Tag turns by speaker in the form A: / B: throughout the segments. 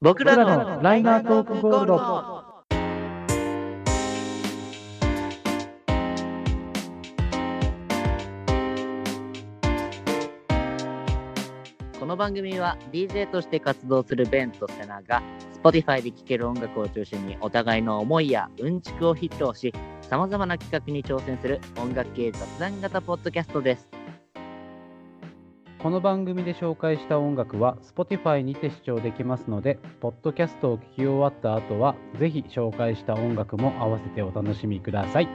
A: 僕
B: らのライナートークゴールド
A: この番組は DJ として活動するベンとセナが Spotify で聴ける音楽を中心にお互いの思いやうんちくを披露しさまざまな企画に挑戦する音楽系雑談型ポッドキャストです。
B: この番組で紹介した音楽は Spotify にて視聴できますので、ポッドキャストを聞き終わった後は、ぜひ紹介した音楽も合わせてお楽しみください。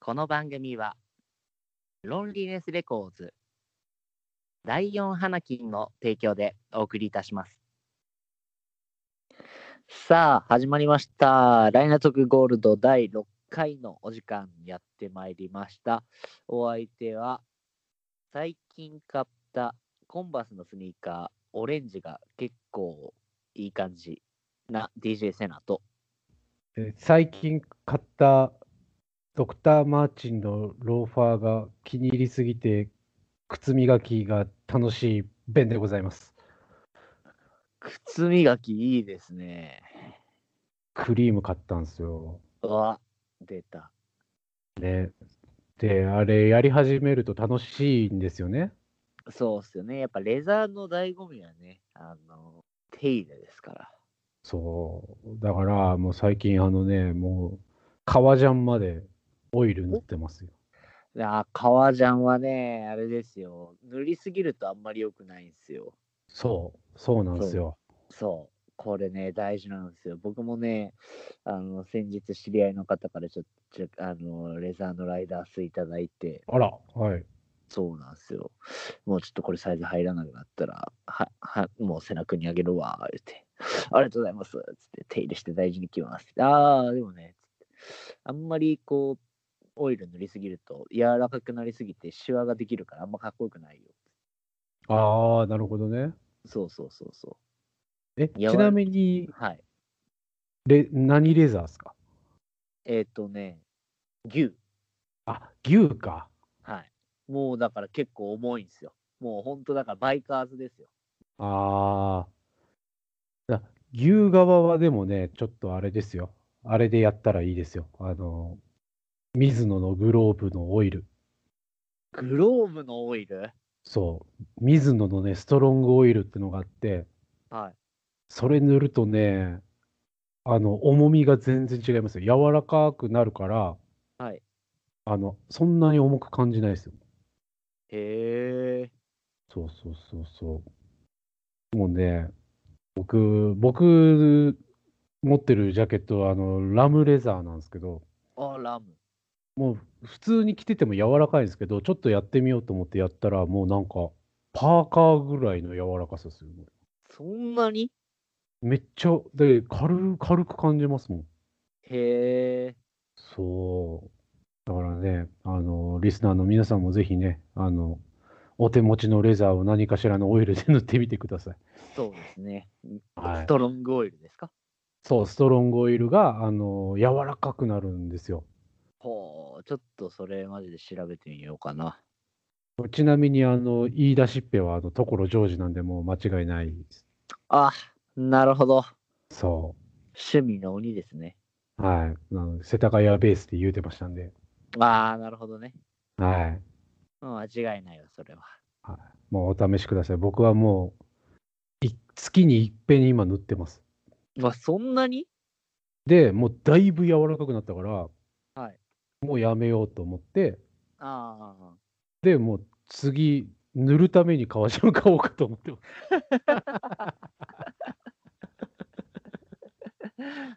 A: この番組はロンリネスレコーズ第4花金の提供でお送りいたしますさあ始まりましたライナトクゴールド第6回のお時間やってまいりましたお相手は最近買ったコンバースのスニーカーオレンジが結構いい感じな DJ セナと
B: えー最近買ったドクター・マーチンのローファーが気に入りすぎて、靴磨きが楽しい弁でございます。
A: 靴磨きいいですね
B: クリーム買ったんですよ。
A: うわ出た
B: ね。で、あれやり始めると楽しいんですよね。
A: そうっすよね。やっぱレザーの醍醐味はね、あの、手入れですから。
B: そう。だから、もう最近、あのね、もう、革ジャンまでオイル塗ってますよ。
A: であ、革ジャンはね、あれですよ。塗りすぎるとあんまり良くないんですよ。
B: そう、そうなんですよ。
A: そう。これね、大事なんですよ。僕もね、あの、先日知り合いの方からちょっと、ちょあの、レザーのライダースいただいて、
B: あら、はい。
A: そうなんですよ。もうちょっとこれサイズ入らなくなったら、は、は、もう背中にあげるわ、言って。ありがとうございます。つって手入れして大事に着ます。ああ、でもね、つってあんまりこう、オイル塗りすぎると柔らかくなりすぎてシワができるからあんまかっこよくないよ。
B: ああ、なるほどね。
A: そうそうそうそ
B: え、
A: やばい
B: ちなみに
A: う。、はい。
B: レ何レザーですか
A: えっ、とね、牛。
B: あ、牛か。
A: はい。もうだから結構重いんですよ。もう本当だからバイカーズですよ。
B: ああ。だ牛側はでもね、ちょっとあれですよ。あれでやったらいいですよ。あの、水野のグローブのオイル。
A: グローブのオイル
B: そう。水野のね、ストロングオイルってのがあって、
A: はい。
B: それ塗るとね、あの、重みが全然違いますよ。柔らかくなるから、
A: はい
B: あの、そんなに重く感じないですよ。
A: へえ。
B: そうそうそうそう。もうね、僕、僕、持ってるジャケットは、あの、ラムレザーなんですけど、
A: あ、ラム。
B: 普通に着てても柔らかいんですけど、ちょっとやってみようと思ってやったら、もうなんか、パーカーぐらいの柔らかさですよ。
A: そんなに
B: めっちゃ、で、軽、軽く感じますもん。
A: へえ。
B: そう。だからね、あの、リスナーの皆さんもぜひね、あの、お手持ちのレザーを何かしらのオイルで塗ってみてください。
A: そうですね。
B: はい
A: ストロングオイルですか
B: そう、ストロングオイルが、あの、柔らかくなるんですよ。
A: ほう、ちょっとそれマジで調べてみようかな。
B: ちなみに、あの、言い出しっぺは、あの、所ジョージなんで、もう間違いないです。
A: あ、なるほど。
B: そ
A: 趣味の鬼ですね。
B: う。はい。あの、世田谷ベースで言うてましたんで、
A: ああ、なるほどね。
B: はい。
A: うん間違いないわ、それは。
B: もうお試しください。僕はもう、い月にいっぺん今塗ってます。
A: まあ、そんなに
B: で、もうだいぶ柔らかくなったから、
A: はい。
B: もうやめようと思って、
A: ああ。
B: でもう次、塗るために革ジャン買おうかと思ってます。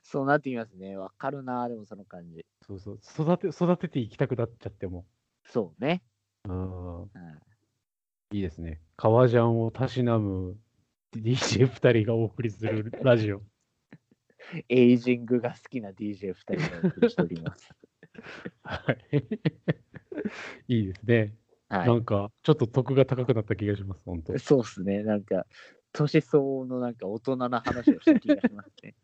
A: そうなってきますね。わかるな、でもその感じ。
B: そうそう、育て、育てていきたくなっちゃっても。
A: そうね。
B: うん
A: うん
B: いいですね。革ジャンをたしなむ DJ2 人がお送りするラジオ。
A: エイジングが好きな DJ2 人がお送りしており ます。
B: はい。いいですね。
A: はい
B: な。んか、ちょっと得が高くなった気がします、本当。
A: そうっすね。なんか、年相応のなんか大人な話をした気がしますね。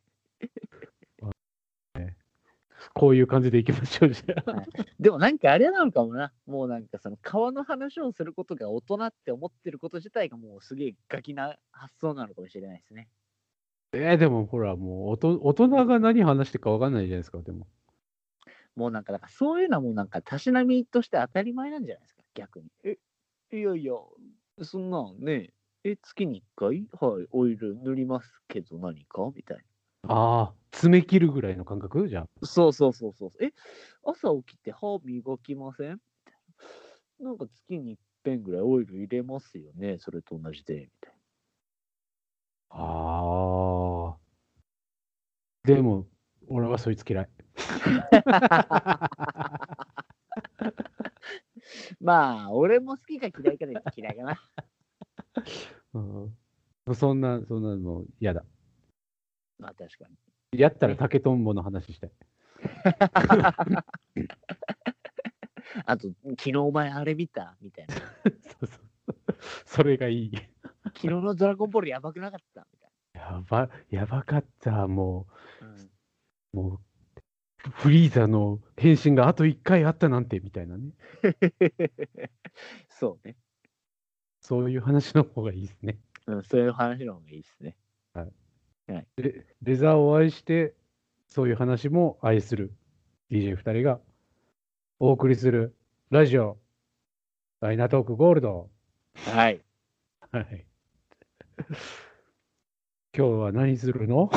B: こういう感じでいきましょうじゃあ。
A: でもなんかあれなのかもな。もうなんかその川の話をすることが大人って思ってること自体がもうすげえガキな発想なのかもしれないですね。
B: えーでもほら、もうおと大人が何話してるか分かんないじゃないですか、でも。
A: もうなんかだからそういうのはもうなんかたしなみとして当たり前なんじゃないですか、逆に。え、いやいや、そんなんね、え、月に1回、はい、オイル塗りますけど何かみたいな。
B: ああ、爪切るぐらいの感覚じゃあ。
A: そうそうそうそう。え、朝起きて歯磨きませんみたいな。なんか月に一遍ぐらいオイル入れますよね、それと同じで、みたい
B: ああ。でも、俺はそいつ嫌い。
A: な。まあ、俺も好きか嫌いかで言うと嫌いかな。
B: うん、そんな、そんなの嫌だ。
A: まあ確かに。
B: やったら竹とんぼの話したい。
A: あと、昨日お前あれ見たみたいな。
B: そうそうそれがいい。
A: 昨日のドラゴンボールやばくなかったみたい
B: やば、やばかった。も
A: な。うん
B: う、もう、フリーザの変身があと1回あったなんて、みたいなね。
A: そうね、
B: そういう話の方がいいですね。
A: うん。そういう話の方がいいですね。
B: レザーを愛して、そういう話も愛する DJ2 人がお送りするラジオ、ダイナトークゴールド。
A: はい。
B: はい。 今日は何するの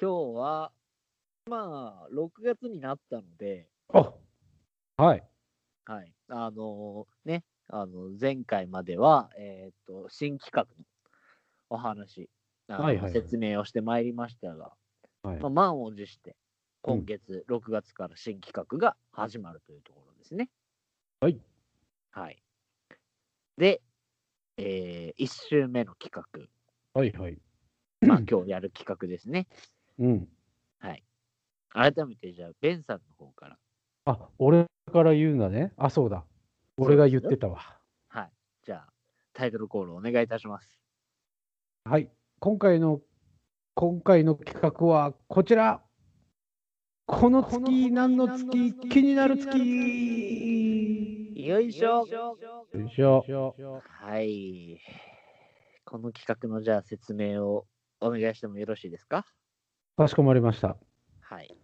A: 今日は、まあ、6月になったので、
B: あはい。
A: はい。あのーね、あの、前回までは、えーっと、新企画のお話、あの
B: はいはいはい
A: 説明をしてまいりましたが、
B: はい
A: まあ、満を持して、
B: うん
A: 今月6月から新企画が始まるというところですね。
B: はい。
A: はい。で、え1週目の企画、
B: はいはい。
A: まあ、今日やる企画ですね。
B: うん。
A: 改めて、じゃあ、ベンさんの方から。
B: あ、俺から言うんだね。あ、そうだ。俺が言ってたわ。
A: はい。じゃあ、タイトルコールお願いいたします。
B: はい、今回の今回の企画はこちら。この月何の月気になる月。
A: よいしょ。
B: よいしょ。
A: はい。この企画のじゃあ説明をお願いしてもよろしいですか
B: かしこまりました。
A: はい。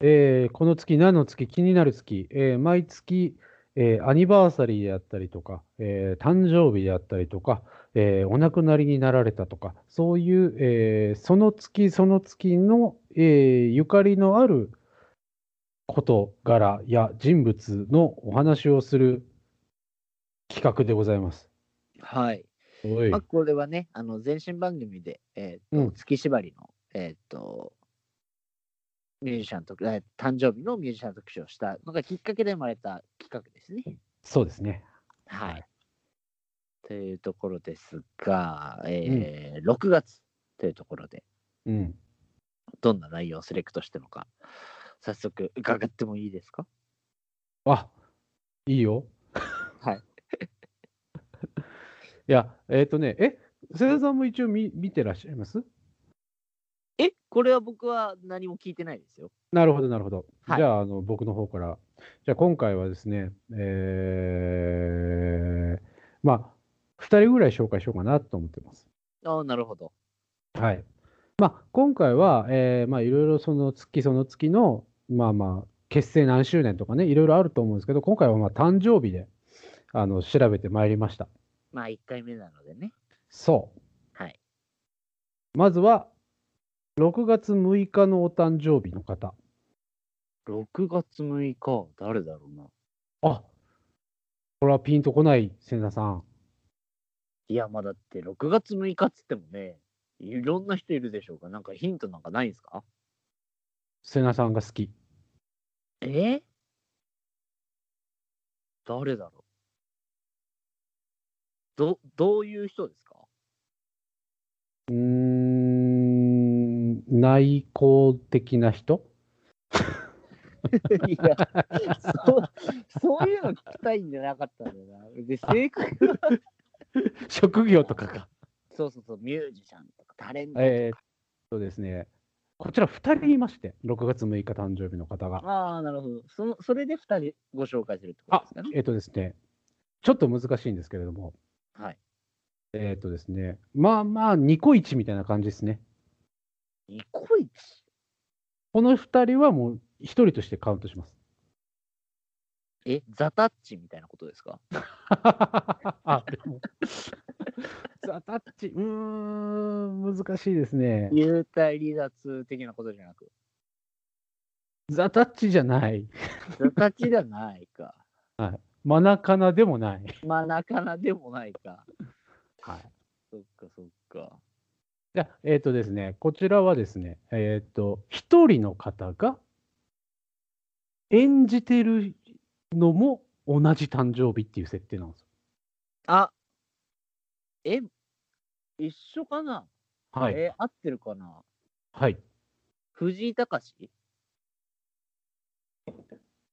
B: えーこの月何の月気になる月。えー毎月、えーアニバーサリーであったりとか、えー誕生日であったりとか、えーお亡くなりになられたとか、そういう、えーその月その月の、えーゆかりのある事柄や人物のお話をする企画でございます。
A: はい。
B: おい
A: まあ、これはね、あの、前身番組で、えーと
B: うん
A: 月縛りの、えっ、と、ミュージシャン特、えー誕生日のミュージシャン特集をしたのがきっかけで生まれた企画ですね。
B: そうですね。
A: はい。
B: はい
A: というところですが、えー6月というところで、
B: うん。
A: どんな内容をセレクトしたのか、早速伺ってもいいですか
B: あいいよ。
A: はい。
B: いや、えっ、とね、え、瀬田さんも一応見見てらっしゃいます
A: え、これは僕は何も聞いてないですよ。
B: なるほど、なるほど。
A: はい
B: じゃああの、僕の方から。じゃあ、今回はですね、えー、まあ、2人ぐらい紹介しようかなと思ってます。
A: ああ、なるほど。
B: はい。まあ、今回は、えーまあ、いろいろその月その月の、まあまあ、結成何周年とかね、いろいろあると思うんですけど、今回はまあ誕生日であの調べてまいりました。
A: まあ、1回目なのでね。
B: そう。
A: はい。
B: まずは、6月6日のお誕生日の方。
A: 6月6日、誰だろうな。
B: あこれはピンとこない、千田さん。
A: いや、まあだって6月6日っつってもね、いろんな人いるでしょうか。なんかヒントなんかないんですか
B: 瀬名さんが好き。
A: え誰だろうど、どういう人ですか
B: うーん、内向的な人
A: いや、そう、そういうの聞きたいんじゃなかったんだよな。で、正解は
B: 職業とかか。
A: そうそうそう、ミュージシャンとか、タレントとか。
B: えーっとですね、こちら2人いまして、6月6日誕生日の方が。
A: ああ、なるほど。そのそれで2人ご紹介するってこと
B: あ
A: ですかね。
B: えっ、とですね、ちょっと難しいんですけれども、
A: はい。
B: えっ、とですね、まあまあ、ニコイチみたいな感じですね。
A: ニコイチ
B: この2人はもう1人としてカウントし ます。
A: え、ザタッチみたいなことですか
B: あでも、ザタッチ、うーん、難しいですね。
A: 幽体離脱的なことじゃなく。
B: ザタッチじゃない。
A: ザタッチじゃないか。
B: マナカナでもない。
A: まあ、なかなでもないか。
B: はい。
A: そっかそっか。
B: じゃあえっ、とですね、こちらはですね、えっ、と、一人の方が演じてるのも同じ誕生日っていう設定なんですよ。
A: あえ、一緒かな、
B: はい。
A: えー合ってるかな
B: はい。
A: 藤井隆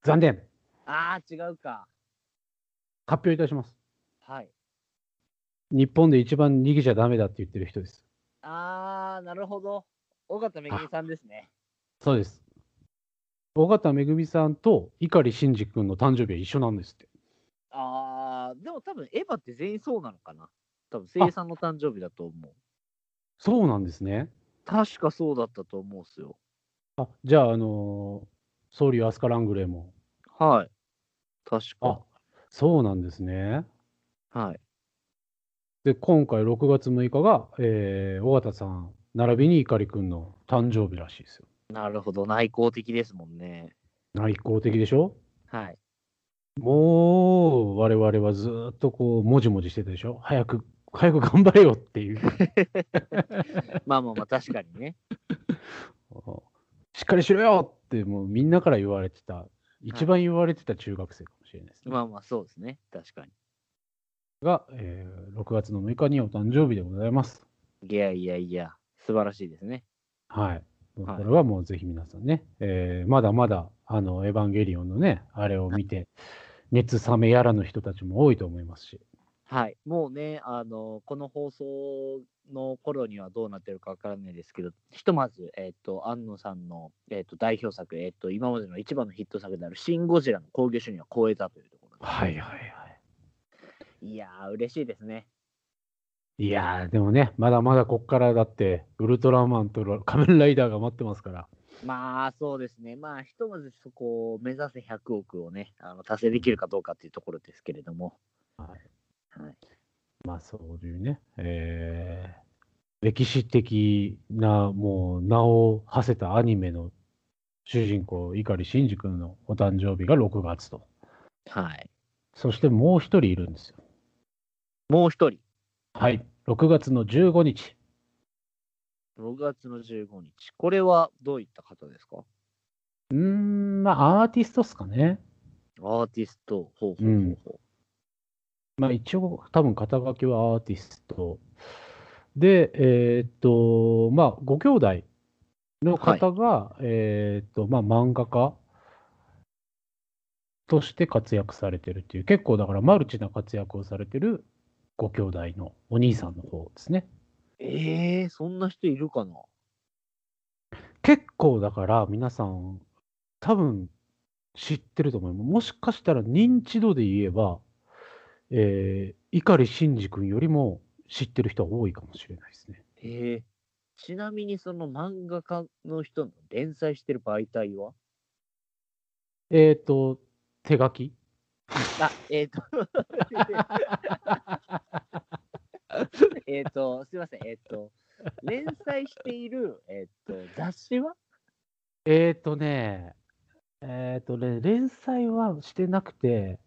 B: 残念。
A: ああ、違うか。
B: 発表いたします。
A: はい。
B: 日本で一番逃げちゃダメだって言ってる人です。
A: ああ、なるほど。尾形めぐみさんですね。
B: そうです。尾形めぐみさんと碇シンジ君の誕生日は一緒なんですって。
A: ああ、でも多分エヴァって全員そうなのかな。多分声優さんの誕生日だと思う。
B: そうなんですね。
A: 確かそうだったと思うんすよ。
B: あ、じゃあ、あのー、総理アスカラングレーも。
A: はい。確
B: あ
A: か。、
B: そうなんですね。
A: はい。
B: で、今回6月6日が、えー、尾形さん、並びに碇君の誕生日らしいですよ。
A: なるほど。内向的ですもんね。
B: 内向的でしょ
A: はい。
B: もう、我々はずーっとこう、もじもじしてたでしょ早く、早く頑張れよっていう。
A: まあまあまあ、確かにね。
B: しっかりしろよって、もうみんなから言われてた、一番言われてた中学生かもしれないですね。
A: まあまあ、そうですね。確かに。
B: が、えー6月の6日にお誕生日でございます。
A: いやいやいや、素晴らしいですね。
B: はい。こ
A: はい
B: れはもうぜひ皆さんね、えーまだまだ、あの、エヴァンゲリオンのね、あれを見て、熱冷めやらぬ人たちも多いと思いますし、
A: はい。もうね、あの、この放送の頃にはどうなってるかわからないですけど、ひとまず、えっ、と、安野さんの、えっ、と、代表作、えっ、と、今までの一番のヒット作である、シン・ゴジラの興行収入は超えたというところで
B: はいはいはい。
A: いやー、嬉しいですね。
B: いやー、でもね、まだまだこっからだって、ウルトラマンとロ仮面ライダーが待ってますから、
A: まあそうですね、まあひとまずそこを目指せ100億をね、あの達成できるかどうかっていうところですけれども、
B: まあそういうね、えー歴史的な、もう名を馳せたアニメの主人公、碇シンジ君のお誕生日が6月と。
A: はい。
B: そしてもう一人いるんですよ。
A: もう一人、
B: はい。6月の15日。
A: 6月の15日、これはどういった方ですか
B: うーん、まあ、アーティストっすかね。
A: アーティスト、ほうほうほうほ
B: まあ、一応、多分肩書きはアーティスト。で、えーっと、まあ、ご兄弟の方が、えーっと、まあ、漫画家として活躍されてるっていう、結構だからマルチな活躍をされてるご兄弟のお兄さんの方ですね。
A: う。えー、そんな人いるかな
B: 結構だから皆さん多分知ってると思います。もしかしたら認知度で言えば、えー、碇シンジ君よりも知ってる人は多いかもしれないですね。
A: えー、ちなみにその漫画家の人の連載してる媒体は
B: えっ、と、手書き
A: あ、えっ、と、 えっと、すいません、えっ、と、連載している、えっ、と、雑誌は
B: えっ、とね、えっ、とね、連載はしてなくて、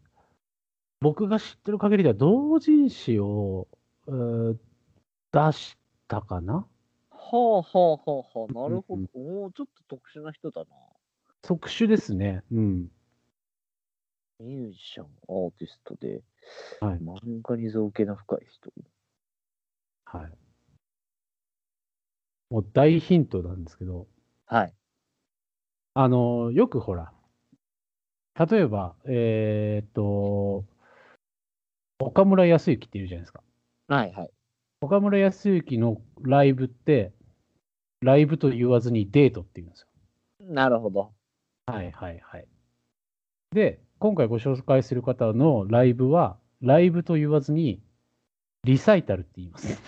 B: 僕が知ってる限りでは同人誌を、えー出したかな
A: はあはあはあはあ、なるほ
B: うん
A: ど。おお、ちょっと特殊な人だな。
B: 特殊ですね。うん。
A: ミュージシャン、アーティストで、
B: はい
A: 漫画に造形の深い人。
B: はい。もう大ヒントなんですけど、
A: はい。
B: あの、よくほら、例えば、えーっと、岡村康之っているじゃないですか。
A: はいはい。
B: 岡村康之のライブって、ライブと言わずにデートって言うんですよ。
A: なるほど。
B: はいはいはい。で、今回ご紹介する方のライブは、ライブと言わずに、リサイタルって言います。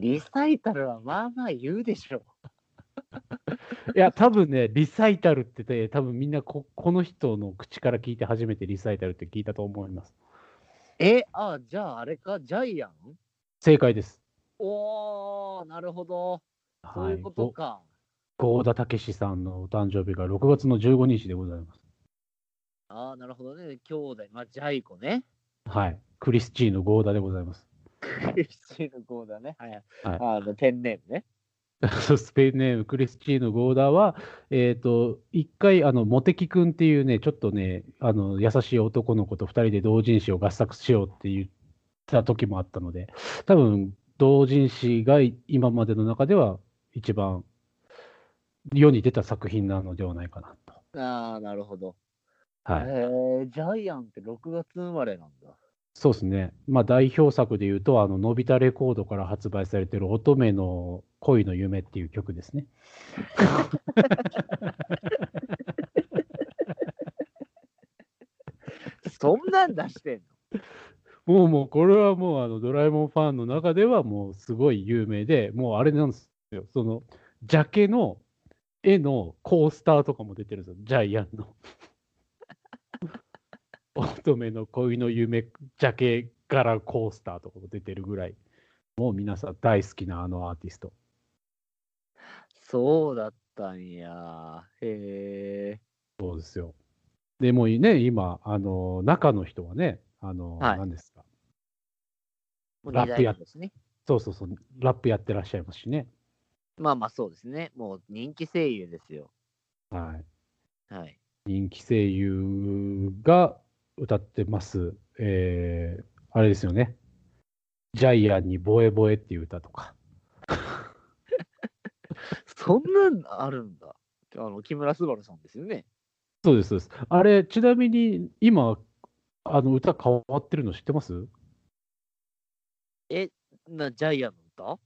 A: リサイタルはまあまあ言うでしょ
B: いや、多分ね、リサイタルってね、多分みんなここの人の口から聞いて初めてリサイタルって聞いたと思います。
A: え、あ、じゃああれか、ジャイアン
B: 正解です。
A: おー、なるほど。そういうこと
B: はい
A: か。
B: ご郷田武史さんのお誕生日が6月の15日でございます。
A: あー、なるほどね。兄弟、まあ、ジャイ子 ね。
B: はい。クリスチーノ郷田でございます。
A: クリスチーヌ子だね。はい。
B: はい
A: あの、ペンネームね。
B: そう スペインネーム、クリスチーノ・ゴーダは、えっ、と、一回、あの、モテキ君っていうね、ちょっとね、あの、優しい男の子と二人で同人誌を合作しようって言った時もあったので、多分、同人誌が今までの中では一番世に出た作品なのではないかなと。
A: あー、なるほど。
B: はい。
A: えー、ジャイアンって6月生まれなん だ。
B: そうですね。まあ、代表作で言うと、あの、のび太レコードから発売されている乙女の恋の夢っていう曲ですね。
A: そんなん出してんの
B: もうもうこれはもうあのドラえもんファンの中ではもうすごい有名で、もうあれなんですよ、そのジャケの絵のコースターとかも出てるんですよ、ジャイアン の。乙女の恋の夢、ジャケ柄コースターとかも出てるぐらい、もう皆さん大好きなあのアーティスト。
A: そうだったんや。へえ。
B: そうですよ。でもうね、今、あの中の人はね、あの、
A: はい
B: 何ですか、
A: もう
B: ラップや
A: 二代目ですね。
B: そうそうそう、ラップやってらっしゃいますしね。
A: まあまあそうですね。もう人気声優ですよ。
B: はい
A: はい。
B: 人気声優が歌ってます、えーあれですよね、ジャイアンにボエボエっていう歌とか、
A: そんなんあるんだ。あの、木村昴さんですよね。
B: そうです、そうです。あれ、ちなみに今、あの歌変わってるの知ってます
A: な、ジャイアンの歌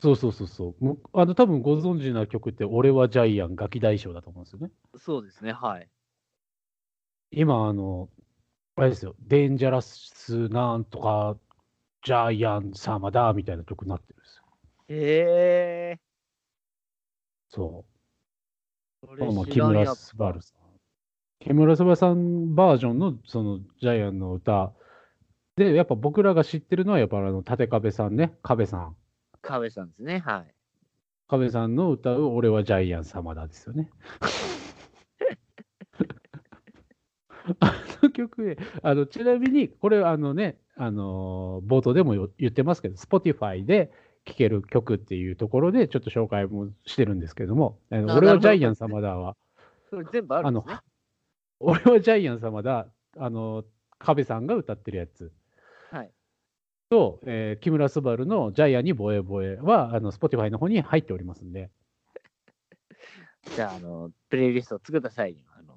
B: そうそうそうそう。むあの多分ご存知な曲って、俺はジャイアンガキ大将だと思うんですよね。
A: そうですね。はい。
B: 今、あの、あれですよ、デンジャラスなんとか、ジャイアン様だみたいな曲になってるんですよ。
A: へえ。
B: そう。
A: そ
B: まあまあ
A: れ知
B: 木
A: らん
B: 村
A: やつ
B: 昴さん。木村昴さんバージョンのそのジャイアンの歌で、やっぱ僕らが知ってるのは、やっぱあの、立壁さんね、壁さん。
A: カベさんですね。はい。
B: 壁さんの歌う俺はジャイアン様だです よね。あの曲ねあのちなみに、これあのね、あのー冒頭でもよ言ってますけど、Spotify で聴ける曲っていうところで、ちょっと紹介もしてるんですけども、あの
A: あ
B: 俺
A: な
B: は
A: るほ
B: ジ
A: ど
B: ャイアン様だは、
A: それ全部あるんですね。
B: 俺はジャイアン様だ、あの、壁さんが歌ってるやつ
A: はい。
B: と、えー木村昴のジャイアンにボエボエは、あの、Spotify の方に入っておりますんで、
A: じゃあ、あの、プレイリストを作った際に、あの、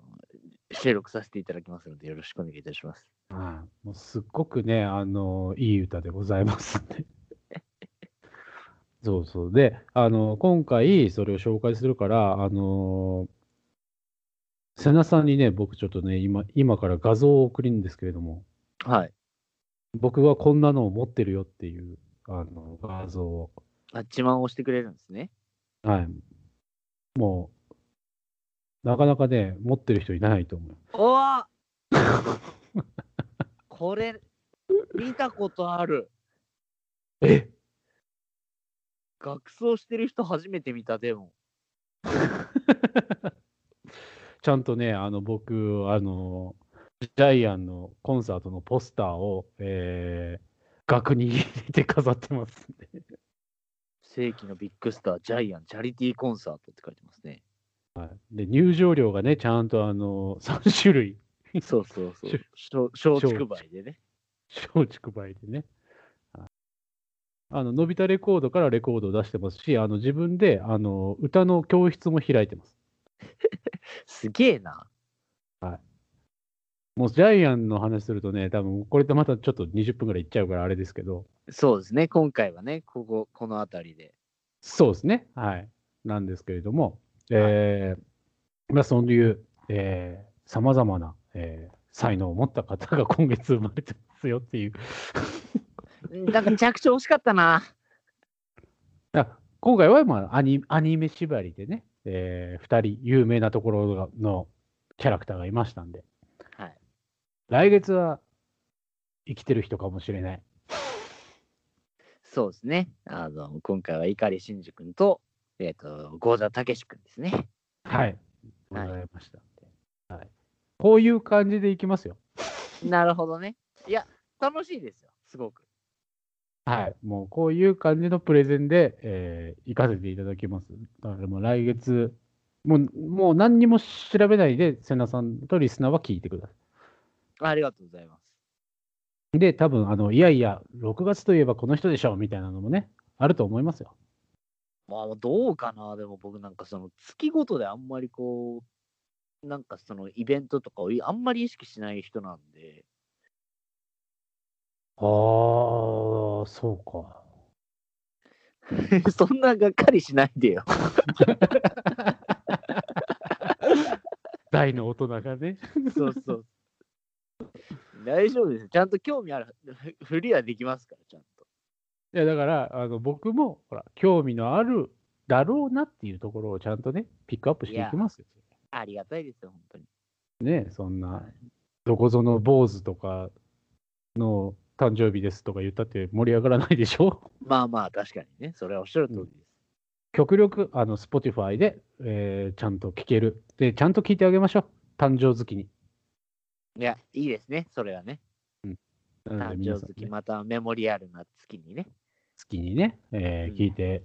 A: 収録させていただきますので、よろしくお願いいたします。
B: うんもうすっごくね、あの、いい歌でございますん で。そうそう。で、あの、今回それを紹介するから、あの、瀬名さんにね、僕ちょっとね、今、今から画像を送るんですけれども、
A: はい。
B: 僕はこんなのを持ってるよっていう、あの、画像を。
A: あ、自慢をしてくれるんですね。
B: はい。もう、なかなかね、持ってる人いないと思う。
A: おおこれ、見たことある。
B: え
A: 学装してる人初めて見た、でも。
B: ちゃんとね、あの、僕、あの、ジャイアンのコンサートのポスターを、えー、額に入れて飾ってますんで。
A: 世紀のビッグスター、ジャイアン、チャリティーコンサートって書いてますね。
B: で、入場料がね、ちゃんとあの、3種類、
A: そうそうそう
B: し。
A: しょ松竹梅でね。
B: 松竹梅でね。あの、のび太レコードからレコードを出してますし、あの、自分で、あの、歌の教室も開いてます。
A: すげえな。
B: もうジャイアンの話するとね、多分これでまたちょっと20分ぐらいいっちゃうからあれですけど、
A: そうですね、今回はね、ここ、この辺りで。
B: そうですね。はい。なんですけれども、えーまあ、そういう、えー、さまざまな、えー才能を持った方が今月生まれてますよっていう。
A: なんか着地惜しかったな。
B: あ今回は、まあ、アニアニメ縛りでね、え2人有名なところがのキャラクターがいましたんで、
A: はい
B: 来月は生きてる人かもしれない。
A: そうですね。あの、今回は碇シンジ君と、えっ、と、郷田武志君ですね。
B: はい。ござ
A: はい
B: いました。はい。こういう感じでいきますよ。
A: なるほどね。いや、楽しいですよ、すごく。
B: はい。もうこういう感じのプレゼンで、えー行かせていただきます。だからもう来月、もう、もう何にも調べないで、瀬名さんとリスナーは聞いてくださ
A: ありがとうございます。
B: い。で、多分、あの、いやいや、6月といえばこの人でしょ、みたいなのもね、あると思いますよ。
A: まあ、どうかな、でも僕なんかその月ごとであんまりこう、なんかそのイベントとかをいあんまり意識しない人なんで、
B: ああ、そうか。
A: そんながっかりしないでよ。
B: 大の大人がね。
A: そうそう。大丈夫です。ちゃんと興味あるふふりはできますから、ちゃんと。
B: いや、だから、あの、僕も、ほら、興味のあるだろうなっていうところをちゃんとね、ピックアップしていきますよ。
A: ありがたいですよ、本当に。
B: ねそん
A: は、
B: ないどこぞの坊主とかの誕生日ですとか言ったって盛り上がらないでしょ
A: まあまあ、確かにね、それはおっしゃる通りです。
B: 極力、あの、Spotify で、えーちゃんと聞ける。で、ちゃんと聞いてあげましょう。誕生月に。
A: いや、いいですね、それはね。
B: なので
A: 誕
B: 皆
A: 生
B: さんね
A: 月、またはメモリアルな月にね。
B: 月にね、えー
A: うん
B: 聞いて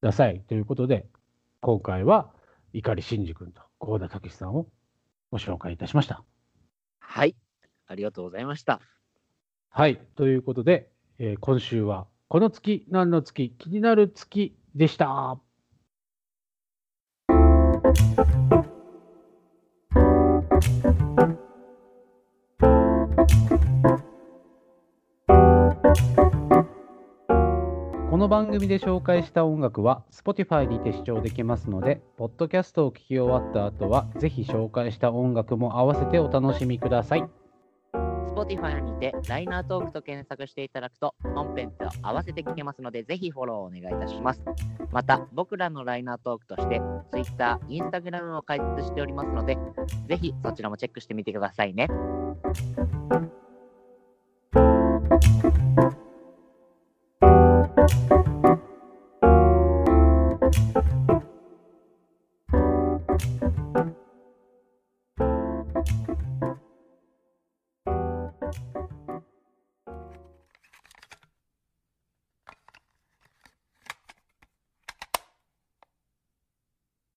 B: ください。ということで、今回は、碇慎二君と郷田武史さんをご紹介いたしました。
A: はい、ありがとうございました。
B: はい。ということで、えー今週は、この月、何の月、気になる月でした。この番組で紹介した音楽は Spotify にて視聴できますので、ポッドキャストを聞き終わった後は、ぜひ紹介した音楽も合わせてお楽しみください。
A: Spotify にて、ライナートークと検索していただくと、本編と合わせて聞けますので、ぜひフォローお願いいたします。また、僕らのライナートークとして、Twitter、Instagram を開設しておりますので、ぜひそちらもチェックしてみてくださいね。